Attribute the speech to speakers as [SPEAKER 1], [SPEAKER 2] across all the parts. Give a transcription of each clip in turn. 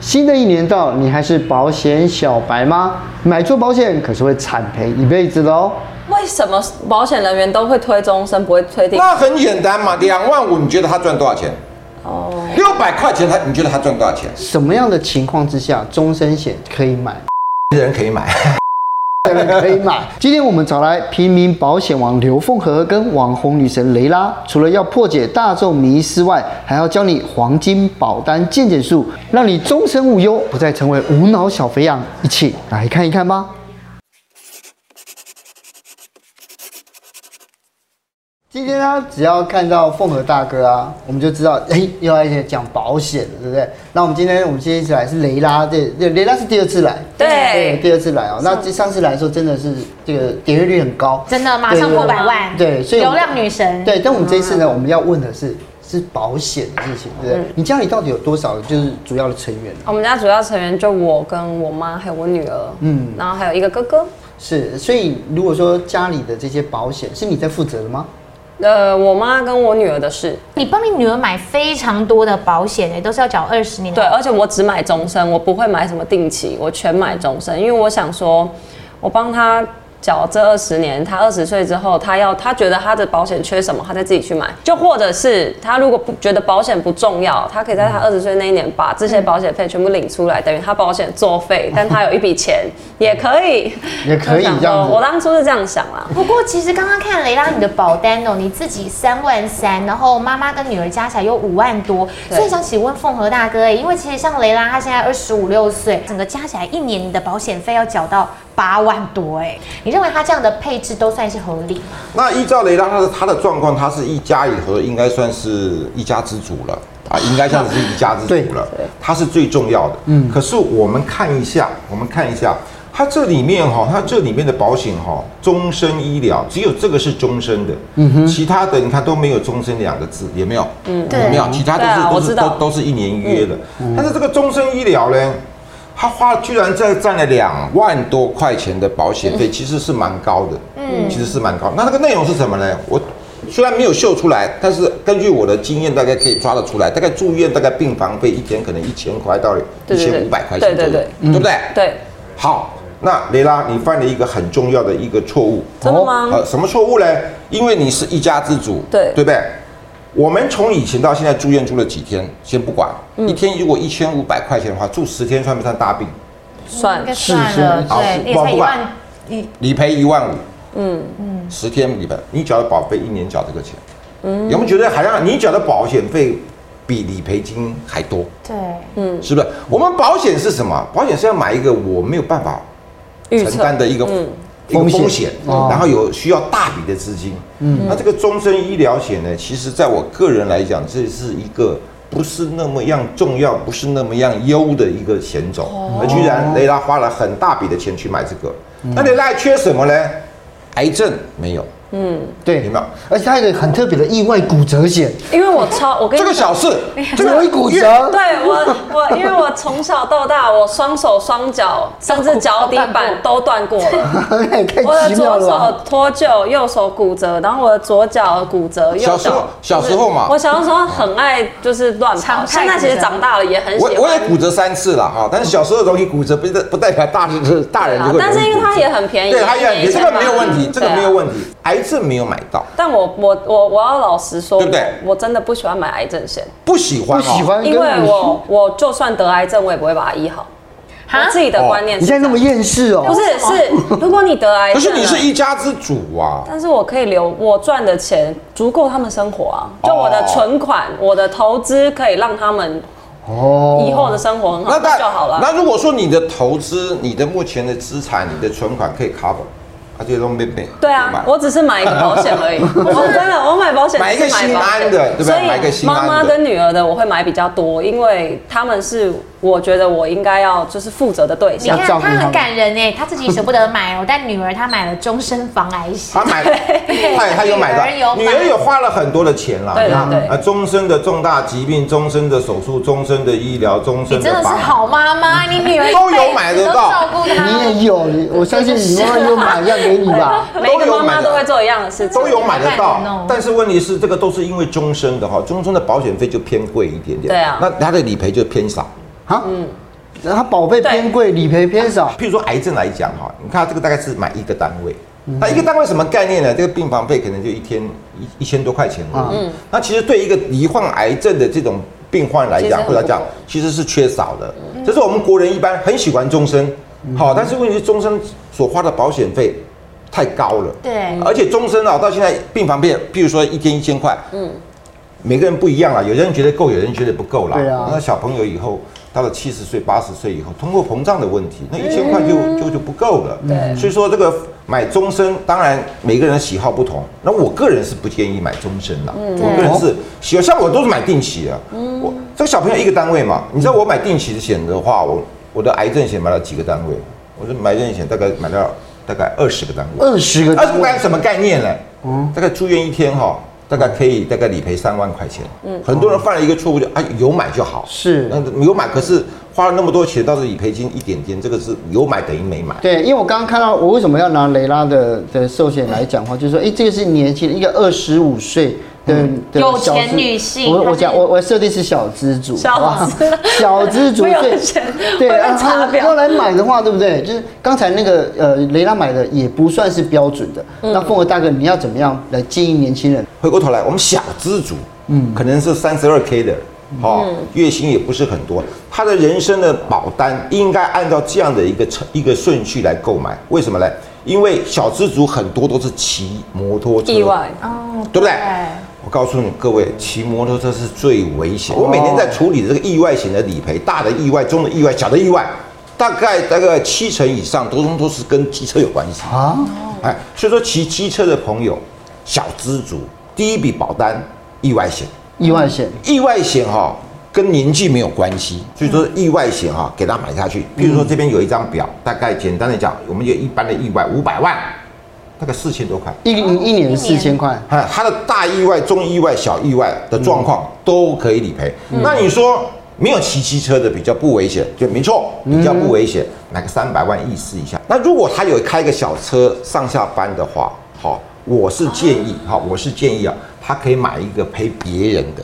[SPEAKER 1] 新的一年到，你还是保险小白吗？买错保险可是会惨赔一辈子的哦。
[SPEAKER 2] 为什么保险人员都会推终身，不会推定？
[SPEAKER 3] 那很简单嘛，两万五，你觉得他赚多少钱？
[SPEAKER 2] 哦，
[SPEAKER 3] 六百块钱他，你觉得他赚多少钱？
[SPEAKER 1] 什么样的情况之下终身险可以买？
[SPEAKER 3] 人可以买。
[SPEAKER 1] 当然可以买。今天我们找来平民保险王刘凤和跟网红女神蕾拉，除了要破解大众迷思外，还要教你黄金保单鉴检术，让你终身无忧，不再成为无脑小肥羊。一起来看一看吧。今天呢，只要看到凤和大哥啊，我们就知道，哎、又要一起讲保险了，对不对？那我们今天我们今天一起来是雷拉，这对，雷拉是第二次来，
[SPEAKER 2] 对
[SPEAKER 1] 第二次来哦。那这上次来的时候真的是这个点阅率很高，
[SPEAKER 4] 真的马上
[SPEAKER 1] 对
[SPEAKER 4] 破百万，
[SPEAKER 1] 对，所以我
[SPEAKER 4] 流
[SPEAKER 1] 们
[SPEAKER 4] 量女神，嗯
[SPEAKER 1] 对，但我们这一次呢，我们要问的是是保险的事情，对不对？你家里到底有多少就是主要的成员？
[SPEAKER 2] 我们家主要成员就我跟我妈还有我女儿，嗯，然后还有一个哥哥。
[SPEAKER 1] 是，所以如果说家里的这些保险是你在负责的吗？
[SPEAKER 2] 呃，我妈跟我女儿的事，
[SPEAKER 4] 你帮你女儿买非常多的保险诶，都是要缴二十年的
[SPEAKER 2] 对，而且我只买终身，我不会买什么定期，我全买终身，因为我想说，我帮她缴这二十年，她二十岁之后，她要她觉得她的保险缺什么，她再自己去买，就或者是她如果不觉得保险不重要，她可以在她二十岁那一年把这
[SPEAKER 1] 嗯
[SPEAKER 2] 些保险费全部领出来，等于她保险作废，但她有一 笔钱也可以，
[SPEAKER 1] 也可以
[SPEAKER 2] 就想说
[SPEAKER 1] 这样子
[SPEAKER 2] 我当初是这样想啦。
[SPEAKER 4] 不过其实刚刚看雷拉你的保单哦，你自己三万三，然后妈妈跟女儿加起来有五万多，
[SPEAKER 2] 对
[SPEAKER 4] 所以想请问凤和大哥，因为其实像雷拉她现在二十五六岁，整个加起来一年你的保险费要缴到八万多哎，你认为她这样的配置都算是合理吗？
[SPEAKER 3] 那依照雷拉他的他的状况，他是一家以和，应该算是一家之主了啊，应该算是一家之主了，他是最重要的。嗯，可是我们看一下，我们看一下。它这里面哈、它这里面的保险哈、终身医疗只有这个是终身的，嗯哼，其他的你看都没有终身两个字，也没有，嗯，也没有，其他都
[SPEAKER 2] 对
[SPEAKER 3] 是、
[SPEAKER 2] 啊
[SPEAKER 3] 都
[SPEAKER 2] 我
[SPEAKER 3] 是
[SPEAKER 2] 知道
[SPEAKER 3] 都都是一年一约的。但是这个终身医疗呢，他花居然在占了两万多块钱的保险费，其实是蛮高的，嗯，其实是蛮高。那那个内容是什么呢？我虽然没有秀出来，但是根据我的经验，大概可以抓得出来。大概住院大概病房费一天可能一千块到一
[SPEAKER 2] 对对
[SPEAKER 3] 千
[SPEAKER 2] 对
[SPEAKER 3] 五百块钱左右，
[SPEAKER 2] 对对对
[SPEAKER 3] 对不对？
[SPEAKER 2] 对，
[SPEAKER 3] 好，那雷拉，你犯了一个很重要的一个错误。
[SPEAKER 2] 真
[SPEAKER 1] 哦
[SPEAKER 2] 的吗
[SPEAKER 3] 呃，什么错误呢？因为你是一家之主，
[SPEAKER 2] 对
[SPEAKER 3] 对不对？我们从以前到现在住院住了几天，先不管，
[SPEAKER 2] 嗯
[SPEAKER 3] 一天如果一千五百块钱的话，住十天算不算大病？
[SPEAKER 2] 算
[SPEAKER 4] 应该
[SPEAKER 1] 是
[SPEAKER 4] 算
[SPEAKER 1] 是
[SPEAKER 4] 了，
[SPEAKER 3] 好
[SPEAKER 4] 对，也
[SPEAKER 3] 不
[SPEAKER 4] 才
[SPEAKER 3] 不
[SPEAKER 4] 一
[SPEAKER 3] 管
[SPEAKER 4] 万一。
[SPEAKER 3] 理赔一万五，嗯嗯，十天理赔，你缴的保费一年缴这个钱，嗯，有没有觉得好像你缴的保险费比理赔金还多？
[SPEAKER 4] 对，
[SPEAKER 2] 嗯
[SPEAKER 3] 是不是？我们保险是什么？保险是要买一个我没有办法
[SPEAKER 2] 预
[SPEAKER 3] 承
[SPEAKER 2] 测嗯
[SPEAKER 3] 担的一个一个
[SPEAKER 1] 风险
[SPEAKER 3] 风险，
[SPEAKER 1] 哦
[SPEAKER 3] 然后有需要大笔的资金。嗯，那这个终身医疗险呢，其实在我个人来讲，这是一个不是那么样重要，不是那么样优的一个险种，
[SPEAKER 2] 哦
[SPEAKER 3] 而居然雷拉花了很大笔的钱去买这个。
[SPEAKER 1] 嗯
[SPEAKER 3] 那雷拉还缺什么呢？癌症没有，
[SPEAKER 1] 对，
[SPEAKER 3] 有没有
[SPEAKER 1] 而且它有一个很特别的意外骨折险，
[SPEAKER 2] 因为我超我跟你
[SPEAKER 3] 这个
[SPEAKER 2] 讲
[SPEAKER 3] 小事，
[SPEAKER 1] 只有一骨折，
[SPEAKER 2] 对我，我因为我从小到大，我双手、双脚，甚至脚底板都断过 了。我
[SPEAKER 1] 太
[SPEAKER 2] 的
[SPEAKER 1] 奇妙了
[SPEAKER 2] 左
[SPEAKER 1] 吧。
[SPEAKER 2] 手脱臼，右手骨折，然后我的左脚骨折，右
[SPEAKER 3] 小时候
[SPEAKER 2] 脚。
[SPEAKER 3] 小时候嘛
[SPEAKER 2] 我，小时候很爱就是乱跑，
[SPEAKER 4] 常态
[SPEAKER 2] 现在其实
[SPEAKER 4] 骨折
[SPEAKER 2] 长大了也很
[SPEAKER 3] 我
[SPEAKER 2] 喜
[SPEAKER 3] 我也
[SPEAKER 2] 欢。
[SPEAKER 3] 骨折三次了哈，但是小时候容易骨折，不是不代表大人大人就
[SPEAKER 2] 啊
[SPEAKER 3] 会容易骨折。
[SPEAKER 2] 但是因为它也很便宜，
[SPEAKER 3] 对，它也很
[SPEAKER 2] 一
[SPEAKER 3] 便
[SPEAKER 2] 年
[SPEAKER 3] 宜，这
[SPEAKER 2] 才
[SPEAKER 3] 个
[SPEAKER 2] 八
[SPEAKER 3] 没有问题，这个没有。
[SPEAKER 2] 对啊
[SPEAKER 3] 问题。癌症没有买到，
[SPEAKER 2] 但我我我我要老实说，
[SPEAKER 3] 对不对
[SPEAKER 2] 我我真的不喜欢买癌症险，
[SPEAKER 3] 不喜欢、
[SPEAKER 1] 不
[SPEAKER 3] 哦，
[SPEAKER 1] 喜
[SPEAKER 4] 嗯
[SPEAKER 1] 欢跟
[SPEAKER 2] 因为
[SPEAKER 1] 你
[SPEAKER 2] 我我就算得癌症，我也不会把它医好。
[SPEAKER 4] 哈
[SPEAKER 2] 我自己的观念
[SPEAKER 1] 你
[SPEAKER 2] 是这
[SPEAKER 1] 现在
[SPEAKER 2] 样，
[SPEAKER 1] 那么厌世哦，
[SPEAKER 2] 不是是，如果你得癌
[SPEAKER 3] 可
[SPEAKER 2] 症啊
[SPEAKER 3] 是
[SPEAKER 2] 了，
[SPEAKER 3] 你是一家之主啊，
[SPEAKER 2] 但是我可以留我赚的钱足够他们生活啊，就
[SPEAKER 3] 哦
[SPEAKER 2] 我的存款、我的投资可以让他们
[SPEAKER 1] 哦，
[SPEAKER 2] 以后的生活很好，
[SPEAKER 3] 那
[SPEAKER 2] 那
[SPEAKER 3] 但
[SPEAKER 2] 就好了。
[SPEAKER 3] 那如果说你的投资、你的目前的资产、你的存款可以 cover，啊，这些都没没
[SPEAKER 2] 对
[SPEAKER 3] 没
[SPEAKER 2] 啊
[SPEAKER 3] 买，
[SPEAKER 2] 我只是买一个保险而 已。我真的，我买保险
[SPEAKER 3] 买一个
[SPEAKER 2] 只是
[SPEAKER 3] 心
[SPEAKER 2] 保险
[SPEAKER 3] 安的对不对买一个
[SPEAKER 2] 所以
[SPEAKER 3] 心安
[SPEAKER 2] 妈
[SPEAKER 3] 的
[SPEAKER 2] 妈跟女儿的我会买比较多，因为他们是我觉得我应该要就是负责的对
[SPEAKER 4] 你
[SPEAKER 2] 象
[SPEAKER 1] 要。
[SPEAKER 4] 看
[SPEAKER 1] 照顾
[SPEAKER 4] 她
[SPEAKER 1] 他们
[SPEAKER 4] 很感人哎，她自己舍不得买哦，但女儿她买了终身防癌险
[SPEAKER 3] 他，买，他也他有买
[SPEAKER 4] 女儿有
[SPEAKER 3] 到，
[SPEAKER 4] 买
[SPEAKER 3] 女儿有花了很多的钱啦。
[SPEAKER 2] 对对
[SPEAKER 3] 那
[SPEAKER 2] 对
[SPEAKER 3] 呃，终身的重大疾病、终身的手术、终身的医疗、终身
[SPEAKER 4] 你真的是
[SPEAKER 3] 保险
[SPEAKER 4] 好妈妈，你女儿
[SPEAKER 3] 都有
[SPEAKER 4] 一辈子
[SPEAKER 3] 买得到
[SPEAKER 4] 都照顾她，
[SPEAKER 1] 你也有，你我相信你妈妈有买一样给你吧。
[SPEAKER 2] 每一个
[SPEAKER 3] 都有
[SPEAKER 2] 妈
[SPEAKER 3] 买
[SPEAKER 2] 妈
[SPEAKER 3] 的
[SPEAKER 2] 都会做一样的事情
[SPEAKER 3] 都。有买得
[SPEAKER 4] 好感人
[SPEAKER 3] 到
[SPEAKER 4] 哦，
[SPEAKER 3] 但是问题是，这个都是因为终身的哈，终身的保险费就偏贵一点点。
[SPEAKER 2] 对 啊
[SPEAKER 3] 那它的理赔就偏少。
[SPEAKER 2] 嗯
[SPEAKER 1] 啊，它保费偏贵，理赔偏少，
[SPEAKER 3] 譬如说癌症来讲哈，你看这个大概是买一个单位，
[SPEAKER 2] 嗯
[SPEAKER 3] 那一个单位什么概念呢？这个病房费可能就一天一一千多块钱而
[SPEAKER 2] 嗯
[SPEAKER 3] 已。那其实对一个罹患癌症的这种病患来
[SPEAKER 2] 其实
[SPEAKER 3] 讲，
[SPEAKER 2] 很嗯
[SPEAKER 3] 或者讲
[SPEAKER 2] 不
[SPEAKER 3] 其实是缺少的。这是我们国人一般很喜欢终身，
[SPEAKER 2] 嗯
[SPEAKER 3] 好，但是问题是终身所花的保险费太高了。
[SPEAKER 4] 对，
[SPEAKER 3] 而且终身啊，到现在病房费，譬如说一天一千块，嗯，每个人不一样啦，有人觉得够，有人觉得不够啦。
[SPEAKER 1] 对啊
[SPEAKER 3] 那小朋友以后到了七十岁、八十岁以后，通货膨胀的问题，那一千块就、就就不够了。嗯对，所以说这个买终身，当然每个人的喜好不同，那我个人是不建议买终身啦。我个人是喜欢，像我都是买定期的。我这个小朋友一个单位嘛，你知道我买定期的险的话，我我的癌症险买了几个单位？我的癌症险大概买到大概二十个单位。
[SPEAKER 1] 二十个
[SPEAKER 3] 二十块什么概念呢？大概住院一天哈、大概可以大概理赔三万块钱。嗯，很多人犯了一个错误，就啊有买就好，
[SPEAKER 1] 是
[SPEAKER 3] 那有买，可是花了那么多钱，到时候理赔金一点点，这个是有买等于没买。
[SPEAKER 1] 对，因为我刚刚看到，我为什么要拿雷拉的的寿险来讲话，就是说，哎、这个是年轻人，一个二十五岁的
[SPEAKER 2] 嗯
[SPEAKER 1] 的
[SPEAKER 4] 有
[SPEAKER 1] 小
[SPEAKER 4] 钱
[SPEAKER 1] 资
[SPEAKER 4] 女性
[SPEAKER 1] 我
[SPEAKER 4] 她
[SPEAKER 1] 我
[SPEAKER 4] 是
[SPEAKER 1] 讲我我设定是小资主，
[SPEAKER 2] 小
[SPEAKER 1] 好不好
[SPEAKER 2] 资
[SPEAKER 1] 小资主
[SPEAKER 2] 没有
[SPEAKER 1] 对
[SPEAKER 2] 钱
[SPEAKER 1] 对，
[SPEAKER 2] 会被
[SPEAKER 1] 然
[SPEAKER 3] 啊
[SPEAKER 2] 查
[SPEAKER 1] 后
[SPEAKER 2] 表
[SPEAKER 1] 要来买的话，对不对？就是刚才那个呃雷拉买的也不算是标准的，
[SPEAKER 4] 嗯
[SPEAKER 1] 那凤娥大哥你要怎么样来建议年轻人？
[SPEAKER 3] 回过头来，我们小资主，嗯，可能是三十二 k 的，哦，月薪也不是很多，他的人生的保单应该按照这样的一个程一个顺序来购买。为什么呢？因为小资族很多都是骑摩托车
[SPEAKER 2] 意外，
[SPEAKER 4] 哦，
[SPEAKER 3] 对不对？我告诉你各位，骑摩托车是最危险。我每天在处理这个意外险的理赔，大的意外、中的意外、小的意外，大概大概七成以上，都都是跟机车有关系啊。哎，所以说骑机车的朋友，小资族第一笔保单意外险，
[SPEAKER 1] 意外险
[SPEAKER 3] 意外险哈、跟年纪没有关系，所以说意外险哈、给他买下去。比如说这边有一张表，大概简单的讲，我们有一般的意外五百万，大概四千多块。
[SPEAKER 1] 一一
[SPEAKER 4] 哦一
[SPEAKER 1] 年
[SPEAKER 4] 年
[SPEAKER 1] 四千块，
[SPEAKER 3] 哎，他的大意外、中意外、小意外的状况、都可以理赔。那你说没有骑机车的比较不危险，就没错，比较不危险，买个三百万意思一下。那如果他有开个小车上下班的话，好，我是建议，好，我是建议啊，他可以买一个陪别人的。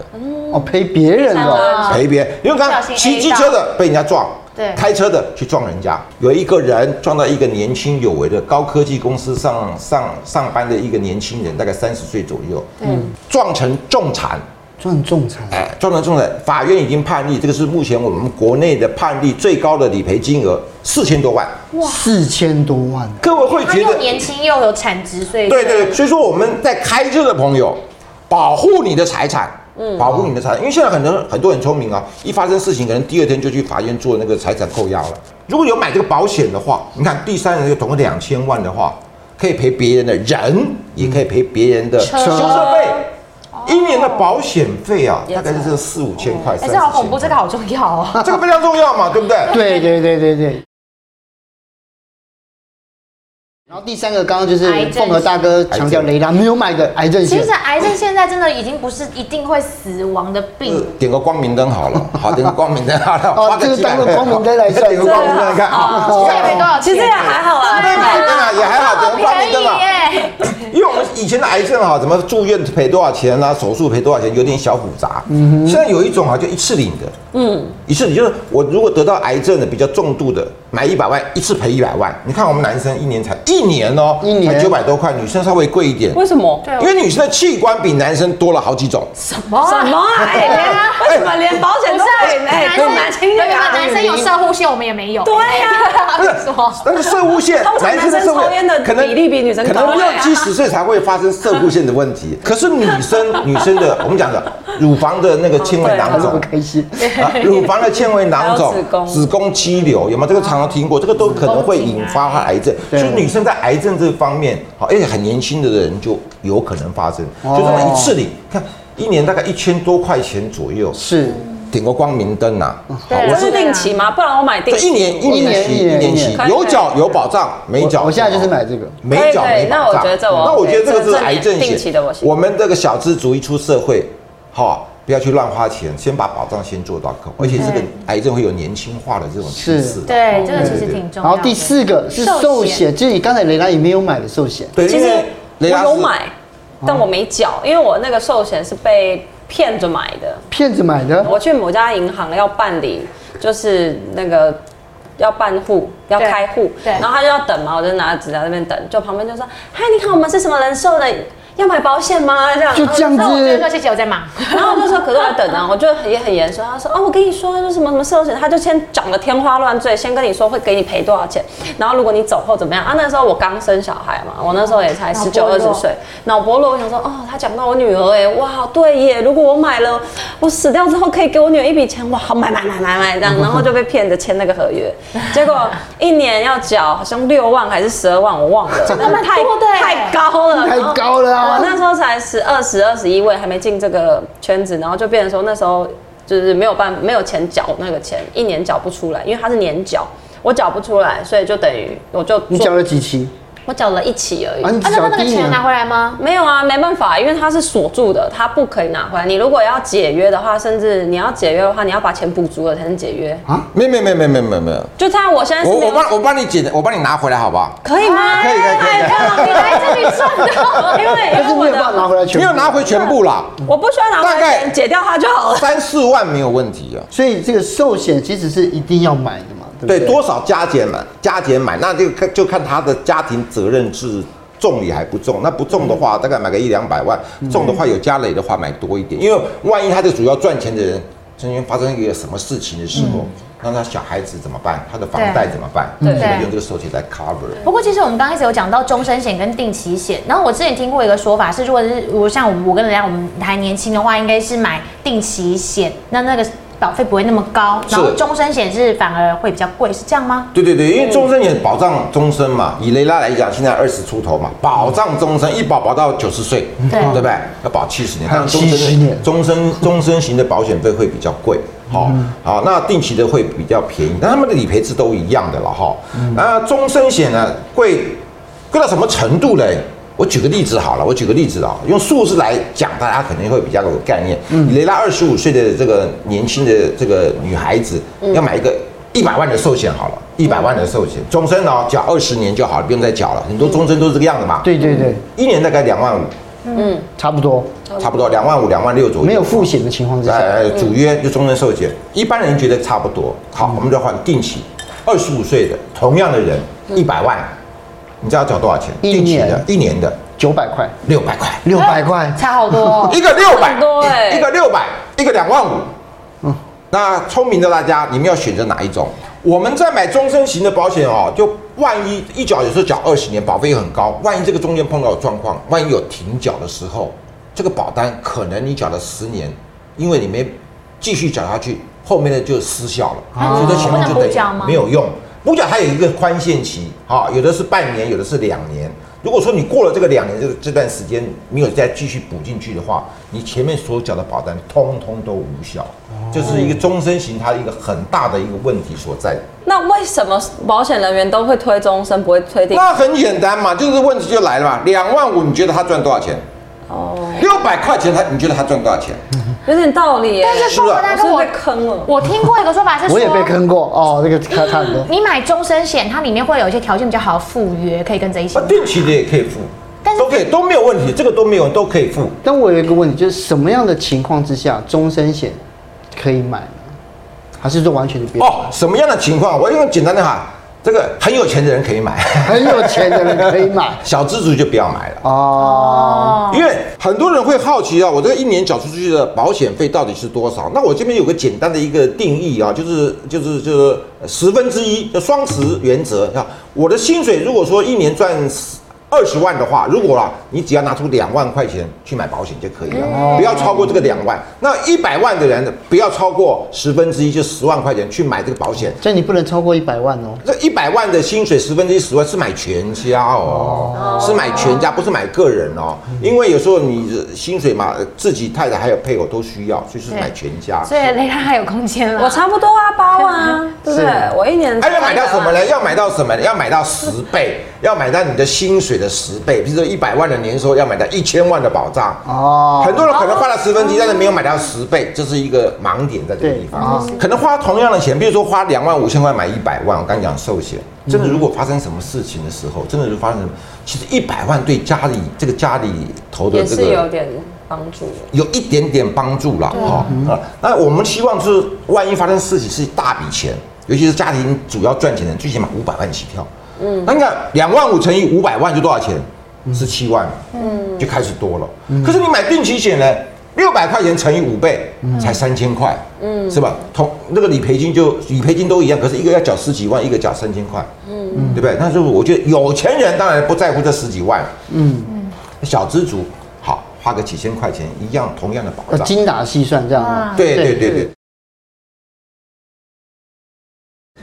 [SPEAKER 1] 哦赔别人哦，
[SPEAKER 4] 啊
[SPEAKER 3] 陪别人，因为刚刚
[SPEAKER 4] 不小心 A
[SPEAKER 3] 骑机车的被人家撞，
[SPEAKER 4] 对
[SPEAKER 3] 开车的去撞人家。有一个人撞到一个年轻有为的高科技公司上上上班的一个年轻人，大概三十岁左右，嗯，撞成重残，
[SPEAKER 1] 赚仲裁
[SPEAKER 3] 哎，撞成重残，法院已经判例，这个是目前我们国内的判例最高的理赔金额，四千多万。
[SPEAKER 1] 四千多万，
[SPEAKER 3] 各位会
[SPEAKER 4] 他
[SPEAKER 3] 觉
[SPEAKER 4] 又
[SPEAKER 3] 得
[SPEAKER 4] 年轻又有产值，所以
[SPEAKER 3] 对对，对，所以说我们在开车的朋友，保护你的财产，
[SPEAKER 4] 嗯
[SPEAKER 3] 保护你的财产，因为现在很多人很多人聪明啊，一发生事情，可能第二天就去法院做那个财产扣押了。如果有买这个保险的话，你看第三人就总共两千万的话，可以赔别人的人，也可以赔别人的
[SPEAKER 4] 车哦
[SPEAKER 3] 修车费。一年的保险费啊，
[SPEAKER 2] 也
[SPEAKER 3] 大概就是四五千块。
[SPEAKER 4] 哎，
[SPEAKER 3] 30
[SPEAKER 4] 这好恐怖，这
[SPEAKER 3] 千
[SPEAKER 4] 个
[SPEAKER 3] 块
[SPEAKER 4] 好重要哦。
[SPEAKER 3] 这个非常重要嘛，对不对？
[SPEAKER 1] 对对对对对。然后第三个，刚刚就是
[SPEAKER 4] 癌症
[SPEAKER 1] 凤和大哥强调雷达没有买的癌症
[SPEAKER 4] 其
[SPEAKER 1] 险
[SPEAKER 4] 实，癌症现在真的已经不是一定会死亡的病，
[SPEAKER 3] 呃点个光明灯好了，好，点个光明灯好了，
[SPEAKER 1] 哦
[SPEAKER 3] 花
[SPEAKER 1] 这个
[SPEAKER 3] 几百
[SPEAKER 1] 当个光明灯来算
[SPEAKER 3] 点个光明灯来看啊，
[SPEAKER 4] 现在没多少钱，
[SPEAKER 2] 呃其实也还好啊，
[SPEAKER 3] 对嘛，对嘛，也还好，点个光明
[SPEAKER 4] 便宜
[SPEAKER 3] 灯嘛。
[SPEAKER 4] 耶，
[SPEAKER 3] 因为我们以前的癌症啊，怎么住院赔多少钱啊，手术赔多少钱，有点小复杂。嗯，现在有一种啊，就一次领的。嗯，一次领就是我如果得到癌症的比较重度的，买一百万一次赔一百万。你看我们男生一年才一年哦，
[SPEAKER 1] 一年
[SPEAKER 3] 才九百多块，女生稍微贵一点，
[SPEAKER 2] 为什么？
[SPEAKER 4] 对
[SPEAKER 3] 因为女生的器官比男生多了好几种。
[SPEAKER 4] 什么啊
[SPEAKER 2] 什么啊？哎
[SPEAKER 4] 对啊
[SPEAKER 2] 连为什么连保险都可以？哎，更难听
[SPEAKER 4] 对
[SPEAKER 2] 的
[SPEAKER 4] 啊，男
[SPEAKER 2] 呀。
[SPEAKER 4] 生有射护线，我们也没有。
[SPEAKER 2] 对呀
[SPEAKER 4] 跟 你说，
[SPEAKER 3] 但是射护线
[SPEAKER 2] 通，常
[SPEAKER 3] 男生的射护
[SPEAKER 2] 男生抽烟的
[SPEAKER 3] 可能
[SPEAKER 2] 比例比女生高
[SPEAKER 3] 可能
[SPEAKER 2] 对
[SPEAKER 3] 六
[SPEAKER 2] 啊
[SPEAKER 3] 七十岁才会发生射护线的问题。可是女 生女生的我们讲的乳房的那个
[SPEAKER 2] 哦
[SPEAKER 3] 纤维囊
[SPEAKER 1] 他这么
[SPEAKER 3] 肿，
[SPEAKER 1] 开心，
[SPEAKER 3] 啊， 乳房的纤维囊肿
[SPEAKER 2] 还有子、宫
[SPEAKER 3] 子宫肌瘤，有没有？这个常常听过，这个都可能会引发癌症。所
[SPEAKER 1] 对
[SPEAKER 3] 以女生在癌症这方面，好，而且很年轻的人就有可能发生。
[SPEAKER 1] 哦
[SPEAKER 3] 就这么一次领，看一年大概一千多块钱左右，
[SPEAKER 1] 是
[SPEAKER 3] 点个光明灯呐、啊。好，
[SPEAKER 4] 对
[SPEAKER 3] 我
[SPEAKER 2] 这
[SPEAKER 3] 是
[SPEAKER 2] 是定期吗？不然我买定
[SPEAKER 3] 这一
[SPEAKER 2] 期。
[SPEAKER 3] 年一年期
[SPEAKER 1] 一
[SPEAKER 3] 一
[SPEAKER 1] 年
[SPEAKER 3] 年
[SPEAKER 1] 一
[SPEAKER 3] 期
[SPEAKER 1] 年
[SPEAKER 2] 可以
[SPEAKER 3] 有缴有保障，没缴
[SPEAKER 1] 我现在就是买这个，
[SPEAKER 3] 没缴
[SPEAKER 2] 可以可
[SPEAKER 3] 没
[SPEAKER 2] 以那
[SPEAKER 3] 保
[SPEAKER 2] 我
[SPEAKER 3] 障。嗯
[SPEAKER 2] 觉得这我
[SPEAKER 3] 那我觉得这
[SPEAKER 2] OK，这
[SPEAKER 3] 个是
[SPEAKER 2] 这
[SPEAKER 3] 癌症
[SPEAKER 2] 定期的我
[SPEAKER 3] 险。
[SPEAKER 2] 行
[SPEAKER 3] 我们这个小资族一出社会，哈，不要去乱花钱，先把保障先做到够，而且这个
[SPEAKER 2] 嗯
[SPEAKER 3] 癌症会有年轻化的这种趋势。
[SPEAKER 4] 对，
[SPEAKER 3] 哦
[SPEAKER 4] 这个其实挺重
[SPEAKER 1] 然
[SPEAKER 4] 要
[SPEAKER 1] 后
[SPEAKER 4] 的。
[SPEAKER 1] 第四个是寿险，就是你刚才雷达也没有买的寿险，
[SPEAKER 3] 对，
[SPEAKER 2] 其
[SPEAKER 3] 因
[SPEAKER 2] 实
[SPEAKER 3] 为
[SPEAKER 2] 我
[SPEAKER 3] 雷嗯拉
[SPEAKER 2] 有
[SPEAKER 3] 斯
[SPEAKER 2] 买，但我没缴，因为我那个寿险是被骗着买的。
[SPEAKER 1] 骗子买的，
[SPEAKER 2] 我去某家银行要办理，就是那个要办户，要
[SPEAKER 4] 对
[SPEAKER 2] 开户，
[SPEAKER 4] 对
[SPEAKER 2] 然后他就要等嘛，我就拿着纸条在那边等，就旁边就说：“嗨，你看我们是什么人寿的，要买保险吗？”这样
[SPEAKER 1] 就这样
[SPEAKER 4] 那我就
[SPEAKER 1] 子
[SPEAKER 4] 说谢谢，我在忙。
[SPEAKER 2] 然后我就说，可是我在等啊，我就也很严肃。他说，哦，我跟你说，就是什么什么社会险，他就先讲的天花乱坠，先跟你说会给你赔多少钱，然后如果你走后怎么样啊？那时候我刚生小孩嘛，我那时候也才
[SPEAKER 4] 脑
[SPEAKER 2] 十
[SPEAKER 4] 波
[SPEAKER 2] 九
[SPEAKER 4] 弱
[SPEAKER 2] 二十岁，脑薄弱。我想说，哦，他讲到我女儿、哎，哇，对耶，如果我买了，我死掉之后可以给我女儿一笔钱，哇，好买买买买买这样，然后就被骗着签那个合约，结果一年要缴好像六万还是十二万，我忘了， 那
[SPEAKER 4] 蛮
[SPEAKER 2] 太
[SPEAKER 4] 多的哎
[SPEAKER 2] 太高了，
[SPEAKER 1] 太高了啊
[SPEAKER 2] 我哦那时候才十二、十二、十一位，还没进这个圈子，然后就变成说那时候就是没有办没有钱缴那个钱，一年缴不出来，因为它是年缴，我缴不出来，所以就等于我就
[SPEAKER 1] 你
[SPEAKER 2] 做
[SPEAKER 1] 缴了几期
[SPEAKER 2] 我缴了一期而已。
[SPEAKER 1] 啊？你只
[SPEAKER 4] 啊，那
[SPEAKER 1] 缴
[SPEAKER 4] 他那
[SPEAKER 1] 第
[SPEAKER 4] 个
[SPEAKER 1] 一
[SPEAKER 4] 钱有
[SPEAKER 1] 年
[SPEAKER 4] 拿回来吗？
[SPEAKER 2] 没有啊，没办法，因为它是锁住的，它不可以拿回来。你如果要解约的话，甚至你要解约的话，你要把钱补足了才能解约。
[SPEAKER 3] 没有没有没有没有没有没有没有，
[SPEAKER 2] 就他，我现在是
[SPEAKER 3] 我
[SPEAKER 2] 没
[SPEAKER 3] 我
[SPEAKER 2] 有
[SPEAKER 3] 帮我帮你解，我帮你拿回来好不好？
[SPEAKER 2] 可以吗？
[SPEAKER 3] 可以可以可以
[SPEAKER 2] 太棒了，你来这里赚到，因 为
[SPEAKER 1] 但是
[SPEAKER 2] 因
[SPEAKER 1] 没
[SPEAKER 2] 为
[SPEAKER 1] 有
[SPEAKER 2] 我
[SPEAKER 1] 办法拿
[SPEAKER 2] 的
[SPEAKER 1] 回来全
[SPEAKER 3] 没
[SPEAKER 1] 部
[SPEAKER 3] 有，拿回全部啦，
[SPEAKER 2] 我不需要拿回
[SPEAKER 3] 大概
[SPEAKER 2] 来钱，解掉它就好了。
[SPEAKER 3] 三四万没有问题啊。
[SPEAKER 1] 所以这个寿险其实是一定要买的嘛，对不
[SPEAKER 3] 对，
[SPEAKER 1] 对？
[SPEAKER 3] 多少加减买，加减买，那就看就看他的家庭责任制重也还不重。那不重的
[SPEAKER 1] 嗯
[SPEAKER 3] 话，大概买个一两百万；重的话，有家累的话，买多一点。因为万一他这个主要赚钱的人，曾经发生一个什么事情的时
[SPEAKER 1] 嗯
[SPEAKER 3] 候，那他小孩子怎么办？他的房贷怎么办？
[SPEAKER 2] 对
[SPEAKER 3] 所以
[SPEAKER 4] 对
[SPEAKER 3] 用这个寿险来 cover。
[SPEAKER 4] 不过其实我们刚开始有讲到终身险跟定期险，然后我之前听过一个说法是，如果是我像我跟人家我们还年轻的话，应该是买定期险，那那个保费不会那么高，
[SPEAKER 3] 是
[SPEAKER 4] 然后终身险是反而会比较贵，是这样吗？
[SPEAKER 3] 对对对，因为终身也保障终身嘛，以雷拉来讲，现在二十出头嘛，保障终身，一保保到九十岁，
[SPEAKER 4] 对
[SPEAKER 3] 对不对？要保七十年，
[SPEAKER 1] 还有
[SPEAKER 3] 但终
[SPEAKER 1] 70年
[SPEAKER 3] 身终身终身型的保险费会比较贵，好、
[SPEAKER 1] 嗯
[SPEAKER 3] 好，那定期的会比较便宜，但他们的理赔是都一样的了哈。
[SPEAKER 1] 嗯
[SPEAKER 3] 那终身险呢，贵贵到什么程度嘞？我举个例子好了，我举个例子啊，用数字来讲，大家肯定会比较有概念。
[SPEAKER 1] 嗯
[SPEAKER 3] 雷拉二十五岁的这个年轻的这个女孩子，
[SPEAKER 1] 嗯
[SPEAKER 3] 要买一个一百万的寿险好了，一百万的寿险，终身哦，缴二十年就好了，不用再缴了。很多终身都是这个样子嘛，，
[SPEAKER 1] 对对对，
[SPEAKER 3] 一年大概两万五，
[SPEAKER 1] 差不多，
[SPEAKER 3] 差不多两万五、两万六左右。
[SPEAKER 1] 没有嗯付险的情况之下，
[SPEAKER 3] 呃，主约就终身寿险，一般人觉得差不多。好，
[SPEAKER 1] 嗯
[SPEAKER 3] 我们就换定期，二十五岁的同样的人，一百万，你知道要缴多少钱？
[SPEAKER 1] 嗯一
[SPEAKER 3] 定期的
[SPEAKER 1] 年，
[SPEAKER 3] 一年的
[SPEAKER 1] 九百块，
[SPEAKER 3] 六百块，
[SPEAKER 1] 六百块，
[SPEAKER 4] 差好多、 哦
[SPEAKER 3] 一。个六百
[SPEAKER 2] 很多欸，
[SPEAKER 3] 一个六百，一个两万五。嗯那聪明的大家，你们要选择哪一种？我们在买终身型的保险哦，就万一一缴有时候缴二十年，保费又很高，万一这个中间碰到有状况，万一有停缴的时候，这个保单可能你缴了十年，因为你没继续缴下去，后面的就失效了，所以这钱就
[SPEAKER 4] 啊不能
[SPEAKER 3] 等
[SPEAKER 4] 补缴吗
[SPEAKER 3] 于没有用。补缴它有一个宽限期，哈、有的是半年，有的是两年。如果说你过了这个两年这个这段时间没有再继续补进去的话，你前面所缴的保单通通都无效，
[SPEAKER 4] 哦
[SPEAKER 3] 这、是一个终身型它的一个很大的一个问题所在。
[SPEAKER 2] 那为什么保险人员都会推终身，不会推定？
[SPEAKER 3] 那很简单嘛，就是问题就来了嘛，两万五你觉得他赚多少钱？
[SPEAKER 2] 哦，
[SPEAKER 3] 六百块钱他你觉得他赚多少钱？
[SPEAKER 2] 有点道理耶。
[SPEAKER 4] 但是
[SPEAKER 3] 是不
[SPEAKER 4] 说
[SPEAKER 3] 是
[SPEAKER 4] 我大
[SPEAKER 2] 我
[SPEAKER 4] 哥，
[SPEAKER 2] 是
[SPEAKER 4] 我
[SPEAKER 2] 被坑了。
[SPEAKER 4] 我听过一个说法是说，
[SPEAKER 1] 我也被坑过哦，这个看看的。
[SPEAKER 4] 你买终身险，它里面会有一些条件比较好赴约，可以跟着一起
[SPEAKER 3] 啊。，定期的也可以付
[SPEAKER 4] 但，是
[SPEAKER 3] 都可以都没有问题，这个都没有都可以付。
[SPEAKER 1] 但我有一个问题，就是什么样的情况之下终身险可以买呢？还是说完全的不要？
[SPEAKER 3] 哦，什么样的情况？我用简单的哈，这个很有钱的人可以买，
[SPEAKER 1] 很有钱的人可以买
[SPEAKER 3] 小资族就不要买了。
[SPEAKER 1] 哦，
[SPEAKER 4] 哦，
[SPEAKER 3] 因为很多人会好奇啊，我这个一年缴出去的保险费到底是多少？那我这边有个简单的一个定义啊，就是就是就是十分之一，叫双十原则啊。我的薪水如果说一年赚二十万的话，如果啊，你只要拿出两万块钱去买保险就可以了，不要超过这个两万。那一百万的人不要超过十分之一，就十万块钱去买这个保险。
[SPEAKER 1] 所以你不能超过一百万哦。
[SPEAKER 3] 这一百万的薪水，十分之一十万是买全家哦，是买全家，不是买个人哦。因为有时候你的薪水嘛，自己太太还有配偶都需要，所以是买全家。
[SPEAKER 4] 所以雷拉还有空间了。
[SPEAKER 2] 我差不多啊，八万 啊，对不对？我一年
[SPEAKER 3] 哎，要买到什么
[SPEAKER 2] 300万？
[SPEAKER 3] 呢？要买到什么呢？要买到十倍，要买到你的薪水的十倍。比如说一百万的年收，要买到一千万的保障。
[SPEAKER 1] 哦，
[SPEAKER 3] 很多人可能花了十分之一，但是没有买到十倍，这是一个盲点在这个地方。可能花同样的钱，比如说花两万五千块买一百万，我刚讲寿险，真的如果发生什么事情的时候，真的就发生什么，其实一百万对家里这个家里头的
[SPEAKER 2] 也
[SPEAKER 3] 这
[SPEAKER 2] 是有
[SPEAKER 3] 个。
[SPEAKER 2] 点帮助的。
[SPEAKER 3] 有一嗯点点帮助啦，哈、啊，那我们希望就是万一发生事情是一大笔钱，尤其是家庭主要赚钱的人，最起码五百万起跳。嗯，那你看两万五乘以五百万就多少钱？十七万，嗯，就开始多了。可是你买定期险呢，六百块钱乘以五倍，才三千块，嗯，是吧？同那个理赔金就理赔金都一样，可是一个要缴十几万，一个缴三千块，嗯，对不对？那就是我觉得有钱人当然不在乎这十几万，嗯，小资族好花个几千块钱一样同样的保
[SPEAKER 1] 要
[SPEAKER 3] 障，
[SPEAKER 1] 精打细算这样啊吗？
[SPEAKER 3] 对对对对。嗯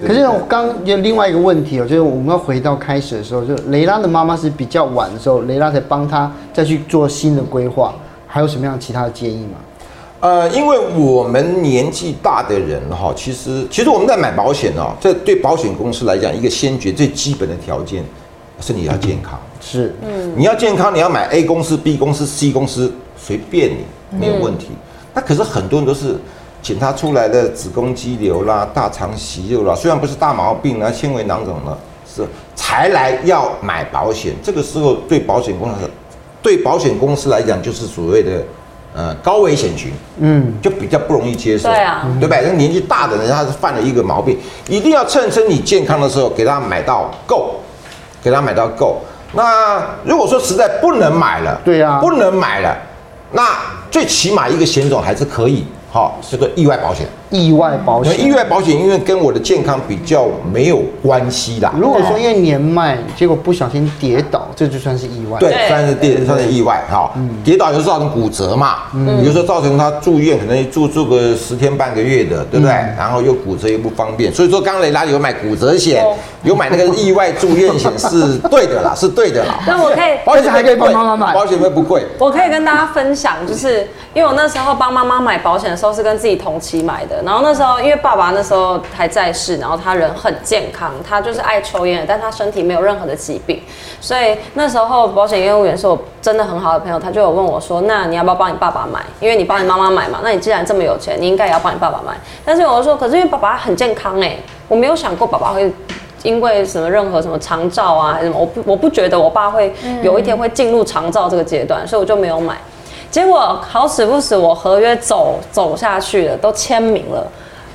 [SPEAKER 1] 可是呢，我刚有另外一个问题哦，就是我们要回到开始的时候，就是雷拉的妈妈是比较晚的时候，雷拉才帮她再去做新的规划，还有什么样其他的建议吗？
[SPEAKER 3] 呃，因为我们年纪大的人哈、其实其实我们在买保险哦，这对保险公司来讲，一个先决最基本的条件，身体要健康。
[SPEAKER 1] 是，
[SPEAKER 2] 嗯
[SPEAKER 3] 你要健康，你要买 A 公司、B 公司、C 公司，随便
[SPEAKER 2] 嗯
[SPEAKER 3] 你，没有问题。那可是很多人都是检查出来的子宫肌瘤啦、大肠息肉啦，虽然不是大毛病啦、纤维囊肿啦，是才来要买保险。这个时候对保险公司，对保险公司来讲，就是所谓的呃高危险群。
[SPEAKER 1] 嗯，
[SPEAKER 3] 就比较不容易接受，
[SPEAKER 2] 对啊，
[SPEAKER 3] 对不对？那年纪大的人他是犯了一个毛病，一定要趁趁你健康的时候给他买到够，给他买到够。那如果说实在不能买了，
[SPEAKER 1] 对啊
[SPEAKER 3] 不能买了，那最起码一个险种还是可以，好、这个意外保险。
[SPEAKER 1] 意外保
[SPEAKER 3] 那
[SPEAKER 1] 险。
[SPEAKER 3] 意外保险因为跟我的健康比较没有关系啦，
[SPEAKER 1] 如果说因为年迈，结果不小心跌倒，这就算是意外。
[SPEAKER 3] 对
[SPEAKER 2] 对，
[SPEAKER 3] 算是跌算是意外哈，
[SPEAKER 1] 嗯
[SPEAKER 3] 跌倒就是造成骨折嘛，比如说造成他住院，可能住住个十天半个月的，对不对？
[SPEAKER 1] 嗯
[SPEAKER 3] 然后又骨折又不方便，所以说刚雷拉有买骨折险
[SPEAKER 2] 哦，
[SPEAKER 3] 有买那个意外住院险是对的啦，是对的啦。
[SPEAKER 2] 那我可以
[SPEAKER 3] 保
[SPEAKER 1] 但
[SPEAKER 3] 险
[SPEAKER 1] 是还可以
[SPEAKER 3] 费不贵
[SPEAKER 1] 帮妈妈买
[SPEAKER 3] 保险费不贵，
[SPEAKER 2] 我可以跟大家分享，就是因为我那时候帮妈妈买保险的时候是跟自己同期买的，然后那时候因为爸爸那时候还在世，然后他人很健康，他就是爱抽烟，但他身体没有任何的疾病，所以那时候保险业务员是我真的很好的朋友，他就有问我说，那你要不要帮你爸爸买？因为你帮你妈妈买嘛，那你既然这么有钱，你应该也要帮你爸爸买。但是我就说，可是因为爸爸很健康哎、我没有想过爸爸会因为什么任何什么长照啊，还是什么，我不我不觉得我爸会有一天会进入长照这个阶段，所以我就没有买。结果好死不死，我合约走走下去了，都签名了。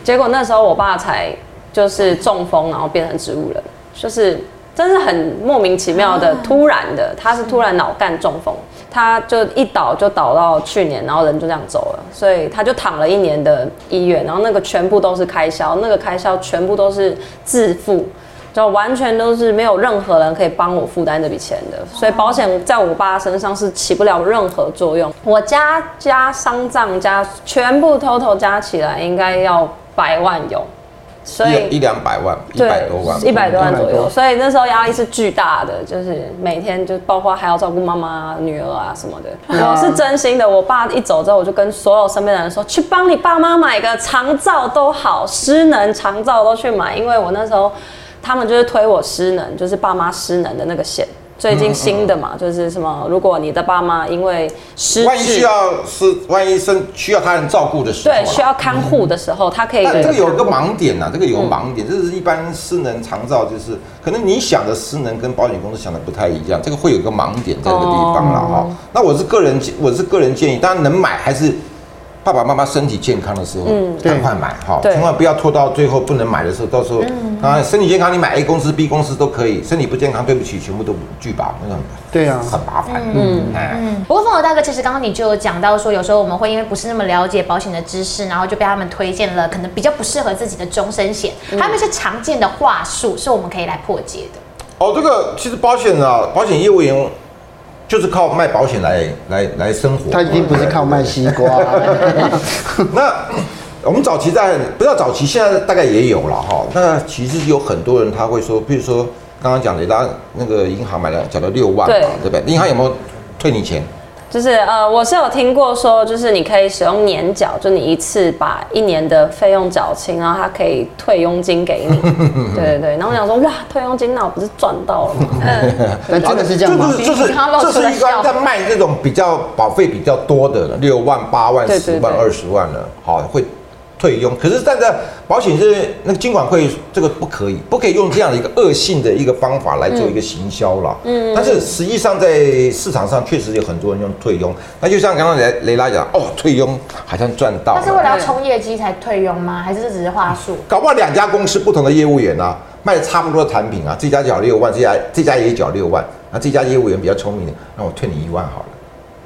[SPEAKER 2] 结果那时候我爸才就是中风，然后变成植物人，就是真是很莫名其妙的、突然的，他是突然脑干中风，他就一倒就倒到去年，然后人就这样走了，所以他就躺了一年的医院，然后那个全部都是开销，那个开销全部都是自付。就完全都是没有任何人可以帮我负担这笔钱的，所以保险在我爸身上是起不了任何作用。我家加丧葬加全部 total 加起来应该要百万有，所以
[SPEAKER 3] 一一两百万，一
[SPEAKER 2] 对
[SPEAKER 3] 百多万，
[SPEAKER 2] 一百多万左
[SPEAKER 1] 100多
[SPEAKER 2] 右。所以那时候压力是巨大的，就是每天就包括还要照顾妈妈、女儿啊什么的。我是真心的，我爸一走之后，我就跟所有身边的人说，去帮你爸妈买个长照都好，失能长照都去买，因为我那时候他们就是推我失能，就是爸妈失能的那个险。 最近新的嘛，就是什么，如果你的爸妈因为失
[SPEAKER 3] 万一需
[SPEAKER 2] 智，
[SPEAKER 3] 要是万一生需要他人照顾的时候啊，
[SPEAKER 2] 对，需要看护的时候，他可以。
[SPEAKER 3] 但这个有一个盲点呐、这个有个盲点，这是一般私能长照，就是可能你想的私能跟保险公司想的不太一样，这个会有个盲点在这个地方了哈、那我是个人，我是个人建议，当然能买还是爸爸妈妈身体健康的时候，赶快买哈，
[SPEAKER 2] 对
[SPEAKER 3] 千万不要拖到最后不能买的时候，到时候啊身体健康你买 A 公司 B 公司都可以，身体不健康对不起，全部都拒保，那种
[SPEAKER 1] 对啊
[SPEAKER 3] 很麻烦，嗯，哎，
[SPEAKER 4] 嗯，不过凤头大哥，其实刚刚你就有讲到说，有时候我们会因为不是那么了解保险的知识，然后就被他们推荐了可能比较不适合自己的终身险，他们是常见的话术，是我们可以来破解的。
[SPEAKER 3] 哦，这个其实保险啊，保险业务员就是靠卖保险来来来生活，
[SPEAKER 1] 他一定不是靠卖西瓜，啊
[SPEAKER 3] 那我们早期在不要早期，现在大概也有了哈。那其实有很多人他会说，比如说刚刚讲的，他那个银行买了缴了六万嘛，
[SPEAKER 2] 对
[SPEAKER 3] 对不对？银行有没有退你钱？
[SPEAKER 2] 就是呃，我是有听过说，就是你可以使用年缴，就你一次把一年的费用缴清，然后它可以退佣金给你。对对对，然后我想说，哇，退佣金那我不是赚到了吗？
[SPEAKER 1] 但真的是这样吗？
[SPEAKER 3] 就是就是
[SPEAKER 4] 银行露
[SPEAKER 3] 这
[SPEAKER 4] 出
[SPEAKER 3] 是
[SPEAKER 4] 了
[SPEAKER 3] 一般
[SPEAKER 4] 笑
[SPEAKER 3] 在卖这种比较保费比较多的六万、八万、
[SPEAKER 2] 对
[SPEAKER 3] 十
[SPEAKER 2] 对
[SPEAKER 3] 万、
[SPEAKER 2] 对
[SPEAKER 3] 二十万的，好会退佣。可是站在保险是那个金管会这个不可以，不可以用这样的一个恶性的一个方法来做一个行销了。嗯，但是实际上在市场上确实有很多人用退佣。那就像刚刚雷雷拉讲，哦，退佣好像赚到
[SPEAKER 4] 他是为了
[SPEAKER 3] 了，
[SPEAKER 4] 要冲业绩才退佣吗？还是这只是话术？
[SPEAKER 3] 搞不好两家公司不同的业务员啊，卖差不多的产品啊，这家缴六万，这家这家也缴六万，那这家业务员比较聪明，那我退你一万好了。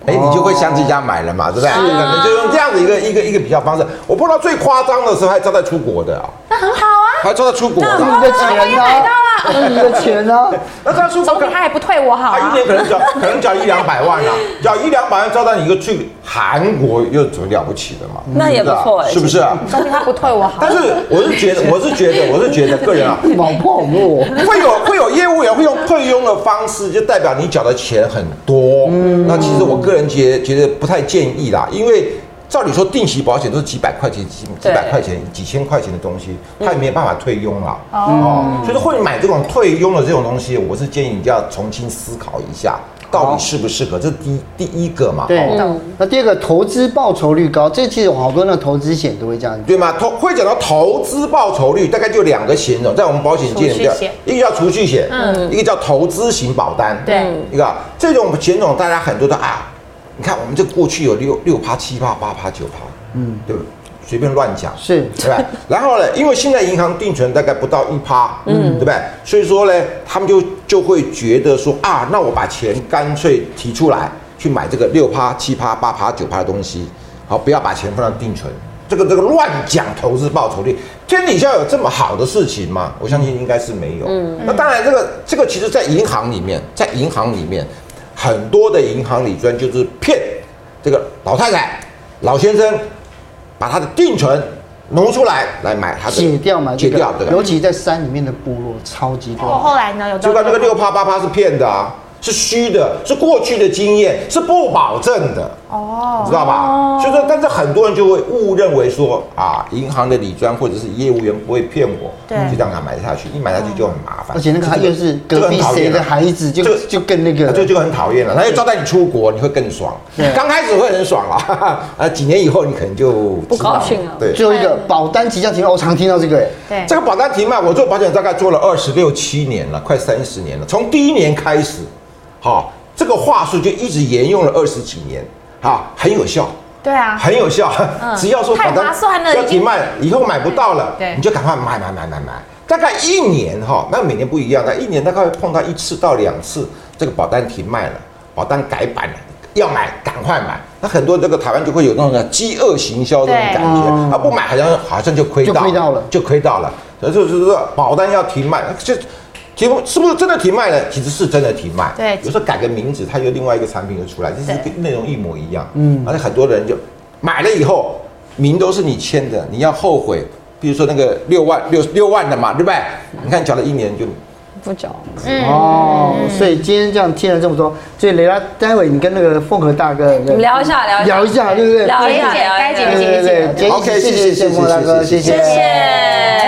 [SPEAKER 3] 哎，你就会向这家买了嘛，对不对？可能就用这样的一个一个一个比较方式。我碰到最夸张的时候，还招待出国的啊，
[SPEAKER 4] 那很好啊，
[SPEAKER 3] 还招待出国的
[SPEAKER 1] 是
[SPEAKER 3] 啊，
[SPEAKER 1] 你的钱啊，是你的钱啊，
[SPEAKER 3] 那招待出国
[SPEAKER 4] 总比
[SPEAKER 3] 可
[SPEAKER 4] 他还不退我好
[SPEAKER 3] 他一
[SPEAKER 4] 啊。
[SPEAKER 3] 年可能缴可能缴一两百万啊，缴一两百万招待你一个去韩国又怎么了不起的嘛？
[SPEAKER 2] 那也不错哎
[SPEAKER 3] 是不是啊？
[SPEAKER 4] 总比他不退我 好
[SPEAKER 3] 但。是我是觉得，我是觉得，我是觉得个人啊，
[SPEAKER 1] 老泡沫。
[SPEAKER 3] 会有会有业务员会用退佣的方式，就代表你缴的钱很多。那其实我个人觉觉得不太建议啦，因为照理说定期保险都是几百块钱、几几
[SPEAKER 2] 对
[SPEAKER 3] 百块钱、几千块钱的东西，他也没有办法退佣啦。哦，所以说会买这种退佣的这种东西，我是建议你就要重新思考一下，到底适不适合。这是第一第一个嘛。
[SPEAKER 1] 对
[SPEAKER 3] 哦，
[SPEAKER 1] 那第二个投资报酬率高，这其实有好多那投资险都会这样。
[SPEAKER 3] 对吗？投会讲到投资报酬率，大概就两个险种，在我们保险界里面叫
[SPEAKER 4] 储蓄险，
[SPEAKER 3] 一个叫储蓄险，一个叫投资型保单，
[SPEAKER 4] 对
[SPEAKER 2] 嗯
[SPEAKER 3] 一个这种险种，大家很多都啊，你看我们这过去有六六趴、七趴、八趴、九趴，嗯，对不对？随便乱讲，
[SPEAKER 1] 是
[SPEAKER 3] 对吧？ 然后呢，因为现在银行定存大概不到一趴，嗯，对不对？所以说呢，他们就就会觉得说啊，那我把钱干脆提出来去买这个六趴、七趴、八趴、九趴的东西，好，不要把钱放到定存。这个这个乱讲投资报酬率，天底下有这么好的事情吗？我相信应该是没有。嗯，那当然，这个这个其实，在银行里面，在银行里面，很多的银行理专就是骗这个老太太、老先生，把他的定存挪出来来买他的
[SPEAKER 1] 解掉嘛，
[SPEAKER 3] 解
[SPEAKER 1] 这个
[SPEAKER 3] 掉这个
[SPEAKER 1] 尤，其在山里面的部落超级
[SPEAKER 4] 我
[SPEAKER 1] 多。
[SPEAKER 2] 哦
[SPEAKER 4] 后来呢有
[SPEAKER 3] 就看这个
[SPEAKER 4] 六
[SPEAKER 3] 六趴八趴是骗的啊，是虚的，是过去的经验，是不保证的。
[SPEAKER 4] 哦，
[SPEAKER 3] 知道吧？所以说，但是很多人就会误认为说啊，银行的理专或者是业务员不会骗我，
[SPEAKER 4] 对
[SPEAKER 3] 就这样给他买下去，一买下去就很麻
[SPEAKER 1] 嗯
[SPEAKER 3] 烦。
[SPEAKER 1] 而且那个还又是
[SPEAKER 3] 这
[SPEAKER 1] 隔
[SPEAKER 3] 个很
[SPEAKER 1] 壁
[SPEAKER 3] 讨
[SPEAKER 1] 谁
[SPEAKER 3] 厌啊
[SPEAKER 1] 的孩子，就
[SPEAKER 3] 这个
[SPEAKER 1] 就更那
[SPEAKER 3] 那
[SPEAKER 1] 个。
[SPEAKER 3] 就就很讨厌了，他又招待你出国，你会更爽
[SPEAKER 1] 对。
[SPEAKER 3] 刚开始会很爽啦，哈哈啊， 几年以后你可能就不
[SPEAKER 2] 高兴了
[SPEAKER 3] 对，
[SPEAKER 1] 最后一个保单即将停卖，我常听到这个，哎
[SPEAKER 4] 对，
[SPEAKER 3] 这个保单停卖，我做保险大概做了二十六七年了，快三十年了。从第一年开始，好、这个话术就一直沿用了二十几年，好、很有效。
[SPEAKER 4] 对啊，
[SPEAKER 3] 很有效。只要说
[SPEAKER 4] 太
[SPEAKER 3] 保单
[SPEAKER 4] 划算了
[SPEAKER 3] 要
[SPEAKER 4] 已
[SPEAKER 3] 停
[SPEAKER 4] 经
[SPEAKER 3] 卖，以后买不到了，
[SPEAKER 4] 对
[SPEAKER 3] 你就赶快买买买买买。大概一年哈，那每年不一样，那一年大概会碰到一次到两次，这个保单停卖了，保单改版了。要买赶快买，那很多这个台湾就会有那种叫饥饿行销这种
[SPEAKER 4] 对
[SPEAKER 3] 感觉，啊不买好像好像就亏
[SPEAKER 1] 就
[SPEAKER 3] 到
[SPEAKER 1] 亏到了
[SPEAKER 3] 就亏到了，所以就是说保单要停卖，这停是不是真的停卖呢？其实是真的停卖，
[SPEAKER 4] 对
[SPEAKER 3] 有时候改个名字，它有另外一个产品就出来，就是
[SPEAKER 4] 对
[SPEAKER 3] 内容一模一样，嗯，而且很多人就买了以后，名都是你签的，你要后悔。比如说那个六万六六万的嘛，对不对？你看缴了一年就
[SPEAKER 2] 不久，
[SPEAKER 1] 哦，所以今天这样听了这么多，所以雷拉，待会你跟那个凤和大哥
[SPEAKER 2] 我们聊一下，聊一下，
[SPEAKER 1] 聊一下，对不对？
[SPEAKER 2] 聊一
[SPEAKER 4] 解
[SPEAKER 2] 下
[SPEAKER 4] 解
[SPEAKER 2] 聊一下
[SPEAKER 4] 啊该解
[SPEAKER 1] 哎对
[SPEAKER 4] 解
[SPEAKER 1] 对
[SPEAKER 4] 解
[SPEAKER 1] 对，
[SPEAKER 4] 解。
[SPEAKER 1] 今天一起
[SPEAKER 3] OK，
[SPEAKER 1] 谢
[SPEAKER 3] 谢
[SPEAKER 1] 谢
[SPEAKER 3] 谢
[SPEAKER 1] 谢谢
[SPEAKER 3] 谢谢
[SPEAKER 1] 莫大哥，
[SPEAKER 3] 谢谢
[SPEAKER 2] 谢谢。